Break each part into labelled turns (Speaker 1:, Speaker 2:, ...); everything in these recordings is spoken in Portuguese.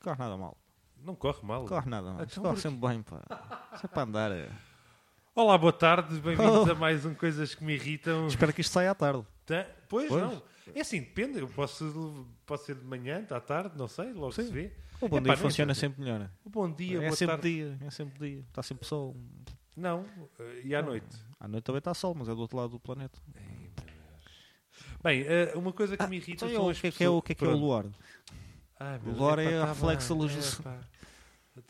Speaker 1: corre nada mal.
Speaker 2: Não corre mal.
Speaker 1: Corre nada mal.
Speaker 2: Então
Speaker 1: Isto corre
Speaker 2: porquê?
Speaker 1: sempre bem, pá. Isto é para andar. é.
Speaker 2: Olá, boa tarde, bem-vindos a mais um Coisas que Me Irritam.
Speaker 1: Oh. Espero que isto saia à tarde.
Speaker 2: Tá- Pois,
Speaker 1: Pois.
Speaker 2: não. É assim, depende. Eu posso, posso ser de manhã, à tarde, não sei, logo se vê.
Speaker 1: O bom
Speaker 2: Epá,
Speaker 1: dia
Speaker 2: não
Speaker 1: funciona
Speaker 2: interessa.
Speaker 1: sempre melhor.
Speaker 2: O bom dia,
Speaker 1: é
Speaker 2: boa
Speaker 1: sempre
Speaker 2: tarde.
Speaker 1: dia, é sempre dia. Está sempre sol.
Speaker 2: Não, eh, e à noite.
Speaker 1: À noite também está sol, mas é do outro lado do planeta.
Speaker 2: Bem, eh, uma coisa que me irrita
Speaker 1: Então,
Speaker 2: são
Speaker 1: o
Speaker 2: as
Speaker 1: que é que é o,
Speaker 2: pessoas-
Speaker 1: o que é que é o
Speaker 2: Pronto.
Speaker 1: luar?
Speaker 2: Ai, meu
Speaker 1: O
Speaker 2: Deus,
Speaker 1: Lore
Speaker 2: epá,
Speaker 1: é
Speaker 2: tá
Speaker 1: reflexo
Speaker 2: bem,
Speaker 1: da luz do-
Speaker 2: epá.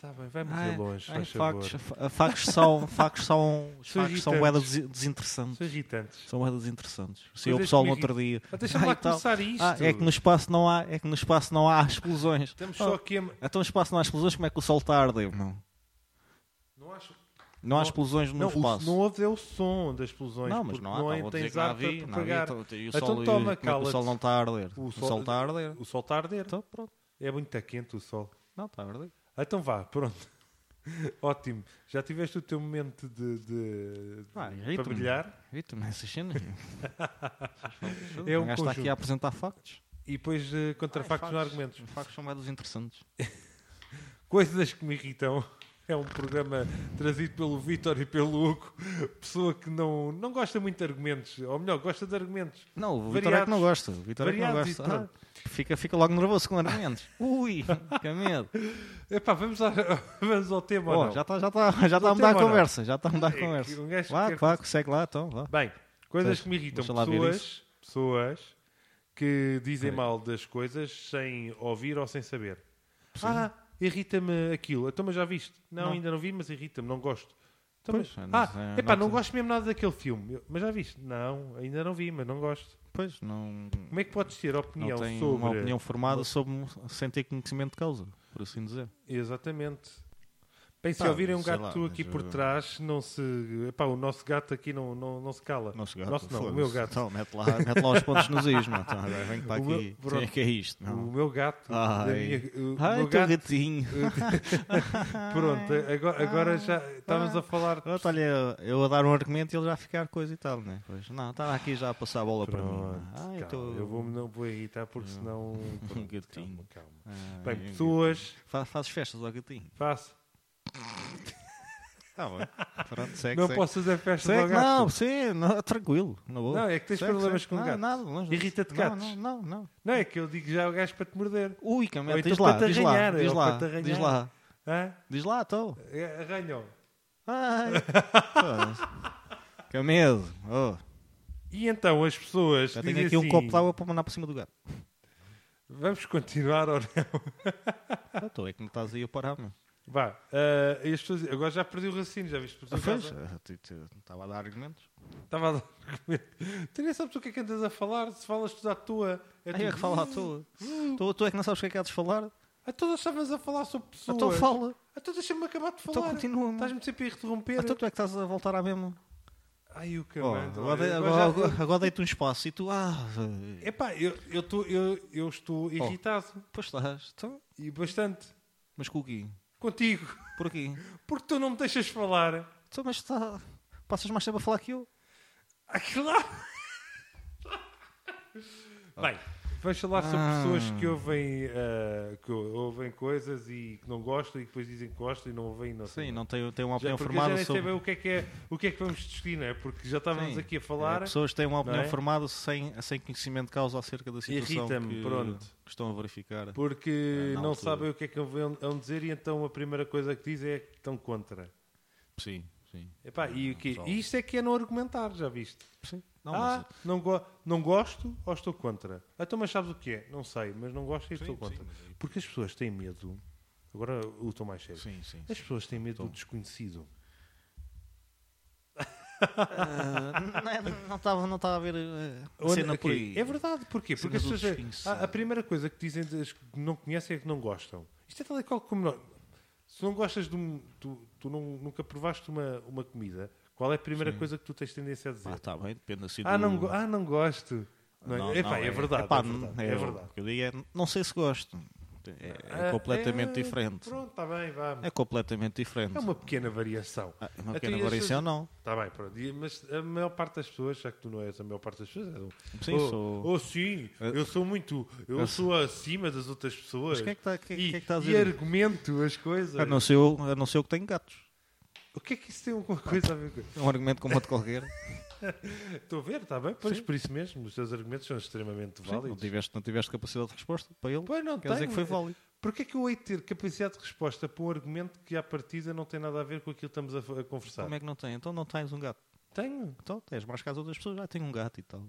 Speaker 2: Tá bem, vai
Speaker 1: Ah,
Speaker 2: morrer
Speaker 1: é.
Speaker 2: longe,
Speaker 1: Ai,
Speaker 2: faz favor.
Speaker 1: factos, fa- factos são, factos são, os
Speaker 2: São
Speaker 1: factos são
Speaker 2: irritantes.
Speaker 1: moedas des- desinteressantes.
Speaker 2: São irritantes.
Speaker 1: São moedas interessantes. Se o
Speaker 2: Coisas
Speaker 1: pessoal
Speaker 2: que
Speaker 1: no
Speaker 2: me
Speaker 1: outro dia.
Speaker 2: Ah, Deixa-me
Speaker 1: "Ah,
Speaker 2: lá
Speaker 1: e tal,
Speaker 2: começar isto.
Speaker 1: ah, é que no espaço não há, é que no espaço não há explosões.
Speaker 2: Estamos
Speaker 1: Oh,
Speaker 2: só aqui a...
Speaker 1: Então no espaço não há explosões, como é que o sol tarda, irmão?
Speaker 2: Não acho...
Speaker 1: Não há
Speaker 2: Não-
Speaker 1: explosões no
Speaker 2: Não, o,
Speaker 1: espaço.
Speaker 2: não houve é o som das explosões.
Speaker 1: Não, mas
Speaker 2: porque é
Speaker 1: não é há, não, vou dizer
Speaker 2: tens
Speaker 1: que não
Speaker 2: ar
Speaker 1: havia,
Speaker 2: para
Speaker 1: não havia,
Speaker 2: pagar.
Speaker 1: então, e o
Speaker 2: Então
Speaker 1: sol, e-
Speaker 2: toma,
Speaker 1: como é que o
Speaker 2: cala-te.
Speaker 1: sol não está a arder.
Speaker 2: O
Speaker 1: O
Speaker 2: sol-
Speaker 1: sol está a arder.
Speaker 2: O sol está a arder.
Speaker 1: Então pronto,
Speaker 2: É muito tá quente o sol.
Speaker 1: não está a arder.
Speaker 2: Ah, Então vá, pronto. Ótimo. Já tiveste o teu momento de, de,
Speaker 1: Ah,
Speaker 2: de-
Speaker 1: irrita-me.
Speaker 2: para brilhar
Speaker 1: Eita, mas essas cenas.
Speaker 2: É um
Speaker 1: O gajo está aqui
Speaker 2: conjunto.
Speaker 1: a apresentar factos.
Speaker 2: e depois eh, contra
Speaker 1: Ai,
Speaker 2: factos não há argumentos.
Speaker 1: Factos são moedas interessantes.
Speaker 2: Coisas que me irritam. É um programa trazido pelo Vítor e pelo Hugo, pessoa que não, não gosta muito de argumentos, ou melhor, gosta de argumentos.
Speaker 1: Não, o Vitor
Speaker 2: Variados.
Speaker 1: é que não gosta. O Vitor é que não
Speaker 2: Variados e
Speaker 1: gosta. Ah, fica, fica logo nervoso com argumentos. Ui, que medo.
Speaker 2: Epá, vamos, ao- vamos ao tema. ou
Speaker 1: Oh,
Speaker 2: não?
Speaker 1: já está já tá, já tá a
Speaker 2: Não
Speaker 1: mudar
Speaker 2: tem,
Speaker 1: a
Speaker 2: ou não?
Speaker 1: conversa. Já está a mudar
Speaker 2: É
Speaker 1: a
Speaker 2: que
Speaker 1: conversa.
Speaker 2: um gajo
Speaker 1: Vá,
Speaker 2: quer-
Speaker 1: vá, segue lá então. Vá.
Speaker 2: Bem, coisas
Speaker 1: Deixa-
Speaker 2: que me irritam.
Speaker 1: deixa lá ver
Speaker 2: Pessoas, pessoas que dizem
Speaker 1: Peraí.
Speaker 2: mal das coisas sem ouvir ou sem saber.
Speaker 1: Sim.
Speaker 2: Ah, irrita-me aquilo. Então, mas já viste? Não,
Speaker 1: Não.
Speaker 2: ainda não vi, mas irrita-me, não gosto. Então,
Speaker 1: Pois,
Speaker 2: mas-
Speaker 1: é, não sei,
Speaker 2: ah,
Speaker 1: não
Speaker 2: epá, não,
Speaker 1: sei.
Speaker 2: gosto mesmo nada daquele filme. Eu- Mas já viste? Não, ainda não vi, mas não gosto.
Speaker 1: Pois, não,
Speaker 2: Como é que podes ter opinião
Speaker 1: não tem
Speaker 2: sobre...
Speaker 1: uma opinião formada sobre, um- sem ter conhecimento de causa, por assim dizer.
Speaker 2: Exatamente. Bem, se
Speaker 1: Pá,
Speaker 2: ouvirem um
Speaker 1: sei
Speaker 2: gato
Speaker 1: lá, mas
Speaker 2: aqui
Speaker 1: eu-
Speaker 2: por trás, não se... Epá, o nosso gato aqui não, não, não se cala.
Speaker 1: Nosso gato.
Speaker 2: Nosso não, o
Speaker 1: foda-se.
Speaker 2: meu gato.
Speaker 1: Então, mete, lá, mete lá os pontos nos is, não. Então, agora vem que está
Speaker 2: O meu-
Speaker 1: aqui.
Speaker 2: pronto.
Speaker 1: Sim, é que é isto,
Speaker 2: O
Speaker 1: não.
Speaker 2: meu gato. da
Speaker 1: Ai.
Speaker 2: minha- o
Speaker 1: Ai,
Speaker 2: meu
Speaker 1: teu
Speaker 2: gato. eh, tipo,
Speaker 1: gatinho.
Speaker 2: Pronto, é- eh, agora, agora já estávamos a falar.
Speaker 1: Pronto, olha, eu a dar um argumento e ele já a ficar coisa e tal, né? Pois, não, estava aqui já a passar a bola para
Speaker 2: Pronto,
Speaker 1: mim. Ah,
Speaker 2: calma, eu vou, não vou irritar porque senão. Pronto,
Speaker 1: Um gatinho.
Speaker 2: calma, calma.
Speaker 1: Ah,
Speaker 2: Bem,
Speaker 1: eu-
Speaker 2: pessoas,
Speaker 1: Fa- fazes festas ao gatinho.
Speaker 2: faço.
Speaker 1: Tá bem. Pronto, segue,
Speaker 2: Não
Speaker 1: segue.
Speaker 2: posso fazer festa
Speaker 1: Segue,
Speaker 2: ao gato.
Speaker 1: não, sim, não, tranquilo, na boa.
Speaker 2: Não, é que tens
Speaker 1: Segue,
Speaker 2: problemas
Speaker 1: segue.
Speaker 2: com
Speaker 1: não,
Speaker 2: gatos.
Speaker 1: Nada, longe disso.
Speaker 2: Irrita-te
Speaker 1: Não,
Speaker 2: gatos.
Speaker 1: Não, não, não.
Speaker 2: Não é que eu digo já ao gajo para te morder.
Speaker 1: Ui, que é merda,
Speaker 2: então
Speaker 1: diz lá,
Speaker 2: para te
Speaker 1: diz lá,
Speaker 2: arranhar,
Speaker 1: diz
Speaker 2: ou
Speaker 1: lá,
Speaker 2: para te
Speaker 1: diz
Speaker 2: arranhar.
Speaker 1: lá,
Speaker 2: Hã?
Speaker 1: diz lá, então.
Speaker 2: É, Arranham.
Speaker 1: Ai. Foda-se. que é medo. Oh,
Speaker 2: E então as pessoas.
Speaker 1: já
Speaker 2: dizem
Speaker 1: tenho aqui um
Speaker 2: assim,
Speaker 1: copo de água para mandar por cima do gato.
Speaker 2: Vamos continuar ou não?
Speaker 1: Ah, Então é que não estás aí a parar, meu.
Speaker 2: Vá. ah, e as pessoas- agora já perdi o raciocínio, já viste por tua
Speaker 1: Ah, pois,
Speaker 2: causa?
Speaker 1: ah, tu- tu- Estava a dar argumentos.
Speaker 2: Estava a dar argumento. Tu nem sabes o que é que andas a falar, se falas tudo à tua. É
Speaker 1: Aí é que fala à toa. Tu, tu é que não sabes o que é que há de falar?
Speaker 2: A todas estavas a falar sobre pessoas.
Speaker 1: Então fala.
Speaker 2: A todas deixa-me acabar de falar.
Speaker 1: Então continua. meu.
Speaker 2: Estás-me sempre a interromper.
Speaker 1: Então tu é que estás a voltar à mesma.
Speaker 2: Ai, o que
Speaker 1: Oh,
Speaker 2: mando.
Speaker 1: agora
Speaker 2: Olha,
Speaker 1: dei-
Speaker 2: agora já-
Speaker 1: agora- agora deito um espaço e tu. Ah,
Speaker 2: eu- Epá, eu, eu, tô- eu, eu
Speaker 1: Oh.
Speaker 2: estou irritado.
Speaker 1: pois estás. Então,
Speaker 2: E bastante.
Speaker 1: mas com o quê?
Speaker 2: Contigo.
Speaker 1: Por aqui.
Speaker 2: Porque tu não me deixas falar.
Speaker 1: Então, mas tá- passas mais tempo a falar que eu.
Speaker 2: Ah, claro. Bem, vamos falar sobre
Speaker 1: Ah.
Speaker 2: pessoas que ouvem, ah, que ouvem coisas e que não gostam e depois dizem que gostam e não ouvem e não sei.
Speaker 1: Sim, não tenho, tenho uma
Speaker 2: Já,
Speaker 1: opinião
Speaker 2: porque eu já
Speaker 1: formada
Speaker 2: nem sei
Speaker 1: sobre.
Speaker 2: bem o que é que é, o que é que vamos discutir, não é? Porque já estávamos
Speaker 1: Sim.
Speaker 2: aqui a falar.
Speaker 1: É, pessoas têm uma opinião
Speaker 2: é?
Speaker 1: formada sem, sem conhecimento de causa acerca da situação
Speaker 2: Irrita-me,
Speaker 1: que,
Speaker 2: pronto.
Speaker 1: que estão a verificar.
Speaker 2: Porque
Speaker 1: Ah, na
Speaker 2: não
Speaker 1: altura.
Speaker 2: sabem o que é que vão vão dizer e então a primeira coisa que dizem é que estão contra.
Speaker 1: Sim, sim.
Speaker 2: Epá, e o quê?
Speaker 1: pessoal.
Speaker 2: E isto é que é não argumentar, já viste?
Speaker 1: sim. Não,
Speaker 2: ah,
Speaker 1: mas-
Speaker 2: não, go- não gosto ou estou contra? Então, mas sabes o que é? Não sei, mas não gosto e estou
Speaker 1: sim,
Speaker 2: contra.
Speaker 1: mas-
Speaker 2: Porque as pessoas têm medo. Agora eu estou mais sério.
Speaker 1: Sim, sim.
Speaker 2: As pessoas têm medo do desconhecido.
Speaker 1: Ah, não estava não estava a ver eh, a
Speaker 2: Onde-
Speaker 1: cena por
Speaker 2: aqui.
Speaker 1: aí.
Speaker 2: É verdade, porquê?
Speaker 1: Cena
Speaker 2: Porque as
Speaker 1: do
Speaker 2: pessoas. é-
Speaker 1: desconhecido.
Speaker 2: A, a primeira coisa que dizem das que não conhecem é que não gostam. Isto é tal e qual como nós. Se não gostas de um. Tu, tu não- nunca provaste uma, uma comida, qual é a primeira coisa que tu tens tendência a dizer?
Speaker 1: Ah, está bem, depende assim
Speaker 2: Ah,
Speaker 1: do...
Speaker 2: não, go- ah, não gosto. Não, é? Epá, é, verdade,
Speaker 1: Epá,
Speaker 2: é verdade.
Speaker 1: não-
Speaker 2: é
Speaker 1: é o
Speaker 2: verdade.
Speaker 1: que eu digo é, não sei se gosto. É,
Speaker 2: Ah,
Speaker 1: é completamente
Speaker 2: é,
Speaker 1: diferente.
Speaker 2: Pronto, está bem, vá.
Speaker 1: É completamente diferente.
Speaker 2: É uma pequena variação.
Speaker 1: Ah, é uma
Speaker 2: Então,
Speaker 1: pequena
Speaker 2: e as
Speaker 1: variação, não.
Speaker 2: Está bem, pronto. E- Mas a maior parte das pessoas, já que tu não és a maior parte das pessoas, és um.
Speaker 1: Sim,
Speaker 2: oh,
Speaker 1: sou.
Speaker 2: oh, sim,
Speaker 1: Eh,
Speaker 2: eu sou muito. Eu
Speaker 1: eu
Speaker 2: sou acima das outras pessoas.
Speaker 1: Mas quem é que está que,
Speaker 2: e,
Speaker 1: que é que está a
Speaker 2: e
Speaker 1: dizer? isso?
Speaker 2: argumento as coisas.
Speaker 1: A não ser eu, a não ser eu que tenho gatos.
Speaker 2: O que é que isso tem alguma coisa a ver com
Speaker 1: É um argumento como outro qualquer.
Speaker 2: Estou a ver, está bem? Pois por isso mesmo, os teus argumentos são extremamente
Speaker 1: Sim, não,
Speaker 2: válidos.
Speaker 1: tiveste, não tiveste capacidade de resposta para ele.
Speaker 2: Pois não
Speaker 1: Quer dizer
Speaker 2: tenho.
Speaker 1: que foi válido.
Speaker 2: Porquê é que eu hei de ter capacidade de resposta para um argumento que à partida não tem nada a ver com aquilo que estamos a, f- a conversar?
Speaker 1: Como é que não tem? Então não tens um gato.
Speaker 2: Tenho.
Speaker 1: Então tens mais que as outras pessoas. Já tenho um gato e tal.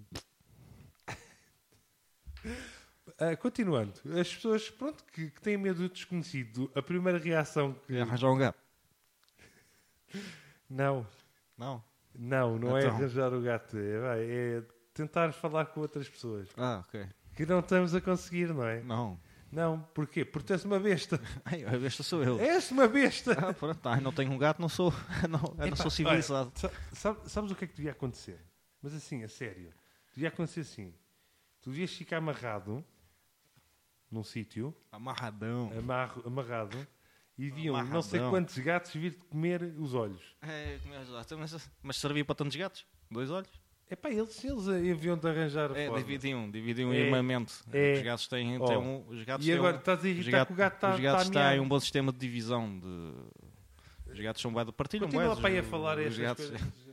Speaker 2: Ah, continuando, as pessoas pronto, que, que têm medo do desconhecido, a primeira reação que.
Speaker 1: Queria arranjar um gato.
Speaker 2: Não,
Speaker 1: Não.
Speaker 2: não, não é
Speaker 1: Então.
Speaker 2: arranjar o gato. É, vai, é tentar falar com outras pessoas.
Speaker 1: Ah, ok.
Speaker 2: Que não estamos a conseguir, não é?
Speaker 1: Não.
Speaker 2: Não, porquê? Porque tu és uma besta.
Speaker 1: Ai, esta sou eu.
Speaker 2: És uma besta!
Speaker 1: Ah, pronto. Ai, não tenho um gato, não sou, não, eu
Speaker 2: Epá,
Speaker 1: não sou civilizado.
Speaker 2: Sa- sabe- sabes o que é que devia acontecer? Mas assim, a sério. Devia acontecer assim. Tu devias ficar amarrado num sítio,
Speaker 1: Amarradão.
Speaker 2: amarro- amarrado, e deviam não
Speaker 1: Amarradão.
Speaker 2: sei quantos gatos vir-te comer os olhos.
Speaker 1: É, como é que eu acho? mas, mas servia para tantos gatos? Dois olhos?
Speaker 2: É pá, eles, eles haviam de arranjar.
Speaker 1: É,
Speaker 2: forma.
Speaker 1: dividiam, dividiam
Speaker 2: É.
Speaker 1: irmamente.
Speaker 2: É.
Speaker 1: Os gatos têm,
Speaker 2: Oh.
Speaker 1: têm um. Os gatos
Speaker 2: E
Speaker 1: têm
Speaker 2: agora
Speaker 1: um-
Speaker 2: estás a
Speaker 1: os
Speaker 2: irritar
Speaker 1: gato-
Speaker 2: que o gato tá- está
Speaker 1: Os gatos
Speaker 2: está a
Speaker 1: têm
Speaker 2: miar.
Speaker 1: um bom sistema de divisão. De... Os gatos são bué de partilham.
Speaker 2: Continua
Speaker 1: bué,
Speaker 2: para aí a
Speaker 1: os-
Speaker 2: falar
Speaker 1: é?
Speaker 2: estas
Speaker 1: os gatos-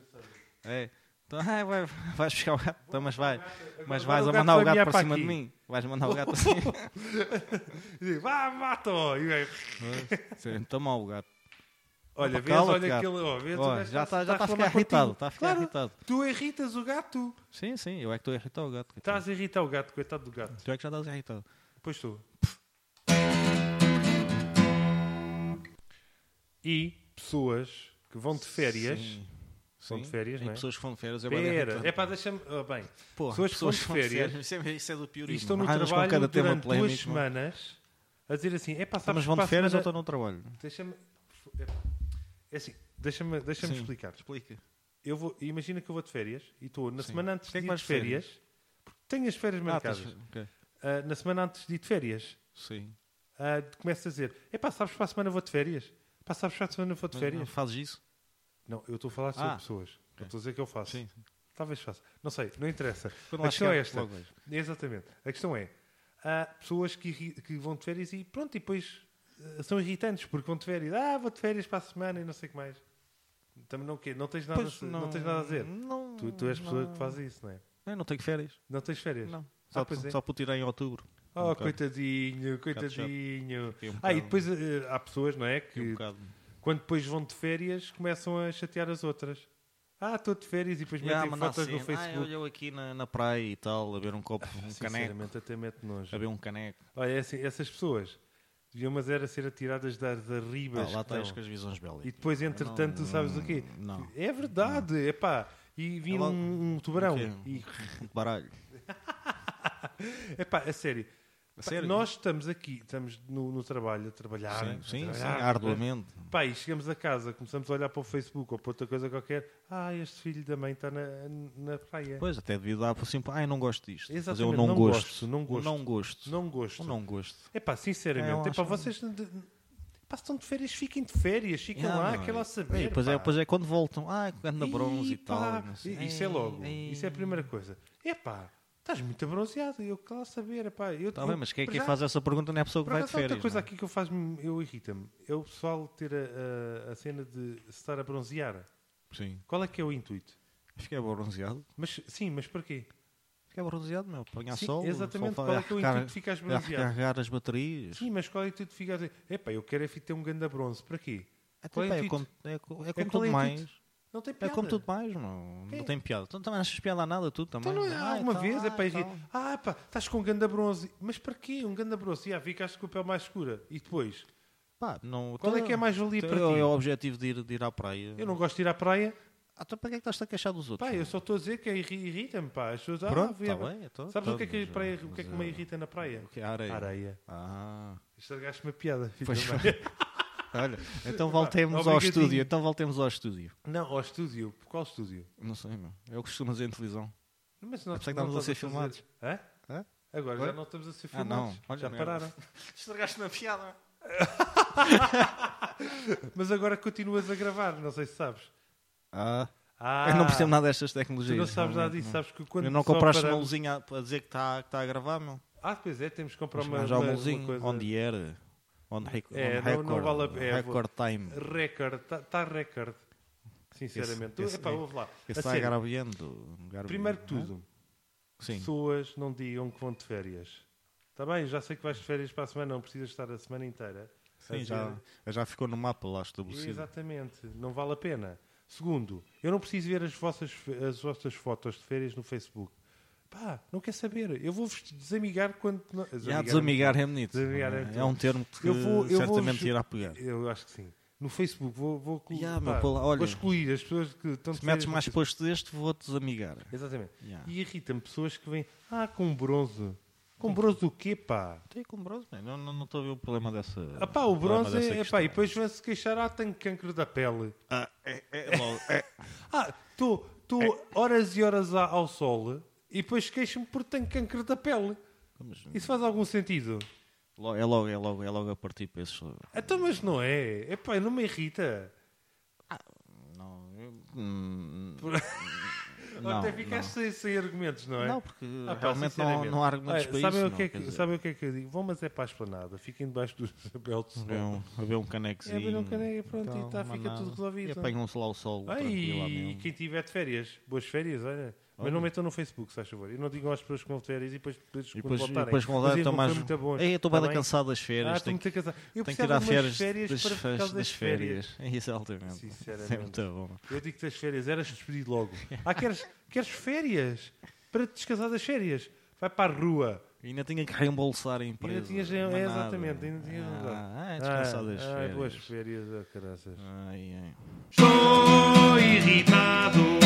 Speaker 2: coisas.
Speaker 1: É. Então, ah, vai, vais buscar o gato. Então, mas vai.
Speaker 2: Agora-
Speaker 1: Mas
Speaker 2: agora
Speaker 1: vais a
Speaker 2: gato
Speaker 1: mandar
Speaker 2: vai
Speaker 1: o gato
Speaker 2: miar
Speaker 1: para,
Speaker 2: para
Speaker 1: cima
Speaker 2: aqui.
Speaker 1: de mim. Vais mandar o gato assim.
Speaker 2: Diz, Vá, mata-o! E vai-
Speaker 1: Sim, Toma o gato.
Speaker 2: Olha,
Speaker 1: Opa,
Speaker 2: vês,
Speaker 1: cala-te,
Speaker 2: olha
Speaker 1: gato.
Speaker 2: aquele. ó, vês, tá o
Speaker 1: Ó,
Speaker 2: gajo
Speaker 1: já está já tá está a
Speaker 2: reclamar
Speaker 1: ficar irritado.
Speaker 2: contigo.
Speaker 1: Está a ficar
Speaker 2: Claro,
Speaker 1: irritado.
Speaker 2: Tu irritas o gato.
Speaker 1: Sim, sim. Eu é que estou a irritar o gato. coitado.
Speaker 2: Estás a irritar o gato, coitado do gato.
Speaker 1: Tu é que já estás irritado.
Speaker 2: Pois estou. E pessoas que vão de férias.
Speaker 1: Sim.
Speaker 2: Vão de
Speaker 1: Sim.
Speaker 2: férias,
Speaker 1: Tem
Speaker 2: não é?
Speaker 1: pessoas que vão de férias. é bué de
Speaker 2: Pera,
Speaker 1: irritante.
Speaker 2: é pá, deixa-me. ah, bem,
Speaker 1: Porra,
Speaker 2: pessoas que vão de
Speaker 1: vão de
Speaker 2: férias.
Speaker 1: férias. Isso é- Isso é do pior.
Speaker 2: e estão no
Speaker 1: Arranjas com
Speaker 2: trabalho
Speaker 1: cada tema
Speaker 2: durante duas
Speaker 1: polémico, mano.
Speaker 2: semanas a dizer assim: é pá,
Speaker 1: é? Então,
Speaker 2: sabes
Speaker 1: Mas vão
Speaker 2: que
Speaker 1: de
Speaker 2: para a
Speaker 1: férias ou
Speaker 2: semana-
Speaker 1: estão no trabalho?
Speaker 2: Deixa-me. É assim, deixa-me deixa
Speaker 1: Sim.
Speaker 2: explicar.
Speaker 1: Explica.
Speaker 2: Eu vou, imagina que eu vou de férias e estou na
Speaker 1: Sim.
Speaker 2: semana antes
Speaker 1: Porquê
Speaker 2: de
Speaker 1: que
Speaker 2: ir
Speaker 1: vais
Speaker 2: de
Speaker 1: de férias?
Speaker 2: férias. porque Tenho as férias
Speaker 1: Ah,
Speaker 2: marcadas. Ah, na semana antes de ir de férias,
Speaker 1: Sim.
Speaker 2: ah, começo a dizer: é pá, sabes que para a semana vou de férias? Pá, sabes que para a semana vou de
Speaker 1: Mas
Speaker 2: férias?
Speaker 1: não Fazes isso?
Speaker 2: Não, eu estou a falar sobre
Speaker 1: Ah.
Speaker 2: pessoas. Não estou a dizer que eu faço.
Speaker 1: Sim.
Speaker 2: Talvez faça. Não sei, não interessa.
Speaker 1: Quando
Speaker 2: a
Speaker 1: lá
Speaker 2: questão
Speaker 1: chegar,
Speaker 2: é esta.
Speaker 1: logo vejo.
Speaker 2: Exatamente. A questão é: há pessoas que, irri- que vão de férias e pronto, e depois eh, são irritantes porque vão de férias. Ah, vou de férias para a semana e não sei o que mais. Também não, quê? não, tens, nada,
Speaker 1: Pois,
Speaker 2: a- não tens nada a dizer.
Speaker 1: Não,
Speaker 2: Tu, tu és pessoa
Speaker 1: não.
Speaker 2: que faz isso, não é?
Speaker 1: Eu não tenho férias.
Speaker 2: Não tens férias?
Speaker 1: Não. Só,
Speaker 2: pois é.
Speaker 1: só por tirar em outubro.
Speaker 2: Oh,
Speaker 1: Ok.
Speaker 2: coitadinho,
Speaker 1: bocado chato.
Speaker 2: coitadinho.
Speaker 1: Fiquei um
Speaker 2: ah, e
Speaker 1: bocado-
Speaker 2: depois eh, há pessoas, não é?
Speaker 1: fiquei um
Speaker 2: Que
Speaker 1: bocado.
Speaker 2: quando depois vão de férias começam a chatear as outras. Ah, estou de férias e depois
Speaker 1: Já,
Speaker 2: metem
Speaker 1: mas não há
Speaker 2: fotos no
Speaker 1: cena. Ah,
Speaker 2: Facebook. Ah,
Speaker 1: olha eu aqui na, na praia e tal, a ver um copo, um caneco.
Speaker 2: Sinceramente, até mete
Speaker 1: A
Speaker 2: nojo.
Speaker 1: ver um caneco.
Speaker 2: Olha, é assim, essas pessoas deviam, mas era ser atiradas das arribas.
Speaker 1: Ah, lá
Speaker 2: que dão.
Speaker 1: estás com as visões belas.
Speaker 2: Então. E depois, entretanto,
Speaker 1: Não,
Speaker 2: tu sabes o quê?
Speaker 1: não.
Speaker 2: É verdade, é pá. E vinha
Speaker 1: É logo-
Speaker 2: um, um tubarão.
Speaker 1: O quê? Muito baralho.
Speaker 2: É pá, a sério.
Speaker 1: A sério?
Speaker 2: Nós estamos aqui, estamos no, no trabalho, a trabalhar.
Speaker 1: Sim, sim,
Speaker 2: a
Speaker 1: sim,
Speaker 2: trabalhar,
Speaker 1: arduamente.
Speaker 2: Pá, e chegamos a casa, começamos a olhar para o Facebook ou para outra coisa qualquer. Ah, este filho da mãe está na, na praia.
Speaker 1: Pois, até devido dar por assim, pá, ai, não gosto disto. Fazer
Speaker 2: Exatamente,
Speaker 1: um não,
Speaker 2: não
Speaker 1: gosto.
Speaker 2: gosto, não
Speaker 1: Um
Speaker 2: gosto.
Speaker 1: Não gosto.
Speaker 2: Não gosto.
Speaker 1: Um não gosto.
Speaker 2: É pá, sinceramente,
Speaker 1: Eu
Speaker 2: é pá,
Speaker 1: acho-
Speaker 2: vocês de- pá, se estão de férias, fiquem de férias, fiquem
Speaker 1: Ah,
Speaker 2: lá,
Speaker 1: não,
Speaker 2: quer lá
Speaker 1: e-
Speaker 2: saber.
Speaker 1: e depois,
Speaker 2: pá.
Speaker 1: é, depois é quando voltam, ah, anda
Speaker 2: Ih,
Speaker 1: bronze e
Speaker 2: pá,
Speaker 1: tal. e não sei.
Speaker 2: Isso é logo,
Speaker 1: Ei,
Speaker 2: isso é a primeira coisa. É pá, estás muito bronzeado, eu quero lá saber. É pá, eu
Speaker 1: Tá bem, mas quem é que
Speaker 2: Já-
Speaker 1: faz essa pergunta não é a pessoa que
Speaker 2: Por
Speaker 1: vai de
Speaker 2: acaso, há
Speaker 1: férias.
Speaker 2: outra coisa
Speaker 1: não é?
Speaker 2: aqui que eu faz eu irrita-me. É o pessoal ter a, a- a cena de se estar a bronzear.
Speaker 1: Sim.
Speaker 2: Qual é que é o intuito?
Speaker 1: Fiquei bronzeado.
Speaker 2: Mas, sim, mas para quê?
Speaker 1: Fiquei bronzeado, meu. Apanhar
Speaker 2: Sim,
Speaker 1: sol.
Speaker 2: exatamente,
Speaker 1: sol
Speaker 2: qual é
Speaker 1: a
Speaker 2: que é o
Speaker 1: recar-
Speaker 2: intuito de ficares
Speaker 1: a
Speaker 2: bronzeado?
Speaker 1: recarregar as baterias.
Speaker 2: Sim, mas qual é o intuito de ficar a dizer? Epá, eu quero é fi- ter um ganda bronze. Para quê?
Speaker 1: É,
Speaker 2: qual é o
Speaker 1: tipo, é,
Speaker 2: intuito?
Speaker 1: como, é, co- é
Speaker 2: qual
Speaker 1: como
Speaker 2: é o
Speaker 1: tudo mais.
Speaker 2: intuito? Não tem
Speaker 1: É
Speaker 2: piada.
Speaker 1: como tudo mais, meu.
Speaker 2: É.
Speaker 1: Não tem piada. Tu também não achas piada a nada, tu também.
Speaker 2: Então não é
Speaker 1: Ah,
Speaker 2: alguma
Speaker 1: e tal,
Speaker 2: vez, é
Speaker 1: ah,
Speaker 2: para
Speaker 1: e
Speaker 2: ir.
Speaker 1: tal.
Speaker 2: Ah, pá, estás com um ganda bronze. Mas para quê? Um ganda bronze. E ah, ficaste com a pele mais escura. E depois?
Speaker 1: Pá, não,
Speaker 2: Qual é
Speaker 1: tu-
Speaker 2: que é mais valia
Speaker 1: tu-
Speaker 2: para
Speaker 1: é o-
Speaker 2: ti?
Speaker 1: É o objetivo de ir, de ir à praia.
Speaker 2: Eu não gosto de ir à praia.
Speaker 1: Ah, então para que é que estás a queixar dos outros?
Speaker 2: Pá, eu só estou a dizer que é irri- irrita-me, pá. As pessoas, ah,
Speaker 1: Pronto,
Speaker 2: vê,
Speaker 1: está
Speaker 2: pá.
Speaker 1: bem. Então,
Speaker 2: Sabes o que é que, a
Speaker 1: mas,
Speaker 2: praia, o
Speaker 1: mas,
Speaker 2: que, é que
Speaker 1: ah,
Speaker 2: me irrita na praia?
Speaker 1: o que é areia?
Speaker 2: Areia.
Speaker 1: Ah,
Speaker 2: Estragaste uma piada. filho
Speaker 1: pois
Speaker 2: da
Speaker 1: foi.
Speaker 2: mãe.
Speaker 1: Olha, então voltemos ao
Speaker 2: obrigadinho.
Speaker 1: estúdio. Então voltemos ao estúdio.
Speaker 2: Não, ao estúdio. Qual estúdio?
Speaker 1: Não sei, meu. Eu costumo dizer em televisão.
Speaker 2: Mas não,
Speaker 1: É por isso que estamos a ser filmados.
Speaker 2: Hã?
Speaker 1: Hã?
Speaker 2: Agora
Speaker 1: Oi?
Speaker 2: já não estamos a ser
Speaker 1: Ah,
Speaker 2: filmados.
Speaker 1: não. Olha,
Speaker 2: já
Speaker 1: merda.
Speaker 2: pararam.
Speaker 1: Estragaste na piada.
Speaker 2: Mas agora continuas a gravar, não sei se sabes.
Speaker 1: Ah,
Speaker 2: Ah,
Speaker 1: eu não percebo nada destas
Speaker 2: Tu
Speaker 1: tecnologias.
Speaker 2: não sabes nada disso,
Speaker 1: não.
Speaker 2: sabes que quando
Speaker 1: Eu não
Speaker 2: só
Speaker 1: compraste uma
Speaker 2: paramos-
Speaker 1: luzinha a a dizer que está que tá a gravar, meu.
Speaker 2: Ah, pois é, temos que comprar
Speaker 1: Mas
Speaker 2: uma,
Speaker 1: mais
Speaker 2: uma,
Speaker 1: alguma
Speaker 2: uma
Speaker 1: luzinha
Speaker 2: coisa.
Speaker 1: on the air. On, rec
Speaker 2: É,
Speaker 1: on
Speaker 2: não-
Speaker 1: record,
Speaker 2: não vale a- é, vou-
Speaker 1: record time.
Speaker 2: Record, está tá record. Sinceramente.
Speaker 1: Esse- é-
Speaker 2: Epá,
Speaker 1: esse-
Speaker 2: ouve lá. A
Speaker 1: Que está
Speaker 2: sério,
Speaker 1: garabiando. garabiando,
Speaker 2: primeiro de
Speaker 1: não é?
Speaker 2: tudo,
Speaker 1: Sim.
Speaker 2: pessoas não digam que vão de férias. Está bem, já sei que vais de férias para a semana, não precisas estar a semana inteira.
Speaker 1: Sim,
Speaker 2: A
Speaker 1: já, já ficou no mapa lá estabelecido.
Speaker 2: Exatamente, não vale a pena. Segundo, eu não preciso ver as vossas, fe- as vossas fotos de férias no Facebook. Pá, não quer saber. Eu vou-vos desamigar quando. Não...
Speaker 1: Já,
Speaker 2: Desamigar-
Speaker 1: desamigar é bonito.
Speaker 2: Desamigar é
Speaker 1: é,
Speaker 2: bonito.
Speaker 1: um termo que
Speaker 2: Eu vou- eu vou
Speaker 1: certamente
Speaker 2: ju-
Speaker 1: irá pegar.
Speaker 2: Eu acho que sim. No Facebook vou, vou, colo-
Speaker 1: é- Já, meu,
Speaker 2: pá,
Speaker 1: pô lá, olha.
Speaker 2: vou excluir as pessoas que estão de
Speaker 1: Se metes
Speaker 2: férias no
Speaker 1: mais
Speaker 2: Facebook.
Speaker 1: posto deste, vou desamigar.
Speaker 2: Exatamente.
Speaker 1: Já.
Speaker 2: E irrita-me pessoas que vêm. Ah, com bronze. Com bronze do quê, pá?
Speaker 1: Tem com bronze, bem, não- não não estou a ver o problema dessa.
Speaker 2: Ah, pá, o
Speaker 1: problema
Speaker 2: bronze
Speaker 1: dessa
Speaker 2: é.
Speaker 1: questão.
Speaker 2: Pá, e depois vão-se queixar. Ah, tenho cancro da pele.
Speaker 1: Ah, é, é, logo, é,
Speaker 2: Ah, estou horas e horas a- ao sol e depois queixo-me porque tenho câncer da pele.
Speaker 1: vamos-
Speaker 2: Isso faz algum sentido?
Speaker 1: logo- é logo, é logo, é logo a partir para esses.
Speaker 2: Então, mas não é. Epá, não me irrita.
Speaker 1: Não, eu- hum,
Speaker 2: Ou
Speaker 1: não,
Speaker 2: Até ficaste sem, sem argumentos, não é?
Speaker 1: Não, porque
Speaker 2: Ah, pá,
Speaker 1: realmente não,
Speaker 2: sinceramente.
Speaker 1: não há argumentos
Speaker 2: Olha, sabem
Speaker 1: para isso.
Speaker 2: O que
Speaker 1: não,
Speaker 2: é
Speaker 1: quer
Speaker 2: que,
Speaker 1: dizer,
Speaker 2: sabem o que é que eu digo? Vão, mas é para a esplanada. Fiquem debaixo do chapéu de
Speaker 1: haver
Speaker 2: cenoura.
Speaker 1: um, haver um canecozinho.
Speaker 2: É, haver um caneco, pronto,
Speaker 1: tal,
Speaker 2: e tá,
Speaker 1: então, não há
Speaker 2: fica tudo resolvido.
Speaker 1: E apanham-se lá o sol.
Speaker 2: Ai,
Speaker 1: tranquilo lá
Speaker 2: e
Speaker 1: mesmo.
Speaker 2: quem tiver de férias, boas férias, olha. Mas
Speaker 1: Olha.
Speaker 2: não metam no Facebook, se faz favor. E não digam às pessoas que vão de férias e depois, depois,
Speaker 1: E
Speaker 2: quando
Speaker 1: depois, e
Speaker 2: Tipo, voltarem.
Speaker 1: depois vão lá
Speaker 2: Mas
Speaker 1: estou
Speaker 2: não foi
Speaker 1: mais.
Speaker 2: muito bom.
Speaker 1: Ei, eu estou
Speaker 2: Tá
Speaker 1: bem
Speaker 2: bem?
Speaker 1: cansado das férias.
Speaker 2: Ah, estou
Speaker 1: tenho,
Speaker 2: muito cansado. Eu
Speaker 1: tenho que
Speaker 2: precisava
Speaker 1: tirar
Speaker 2: de umas
Speaker 1: férias,
Speaker 2: férias
Speaker 1: das,
Speaker 2: para ficar
Speaker 1: férias,
Speaker 2: das,
Speaker 1: das
Speaker 2: férias.
Speaker 1: férias. Isso, altamente. Isso é
Speaker 2: Sinceramente.
Speaker 1: muito bom.
Speaker 2: Eu digo que das férias, eras despedido logo. Ah, queres, queres férias? Para te descansar das férias. Vai para a rua.
Speaker 1: E ainda tinha que reembolsar a empresa.
Speaker 2: Ainda tinhas.
Speaker 1: não
Speaker 2: É,
Speaker 1: nada.
Speaker 2: exatamente, ainda tinhas.
Speaker 1: Ah, é
Speaker 2: Ah,
Speaker 1: descansado das
Speaker 2: ah, boas
Speaker 1: férias.
Speaker 2: férias, oh, caraças.
Speaker 1: Ai, ai.
Speaker 2: Estou irritado.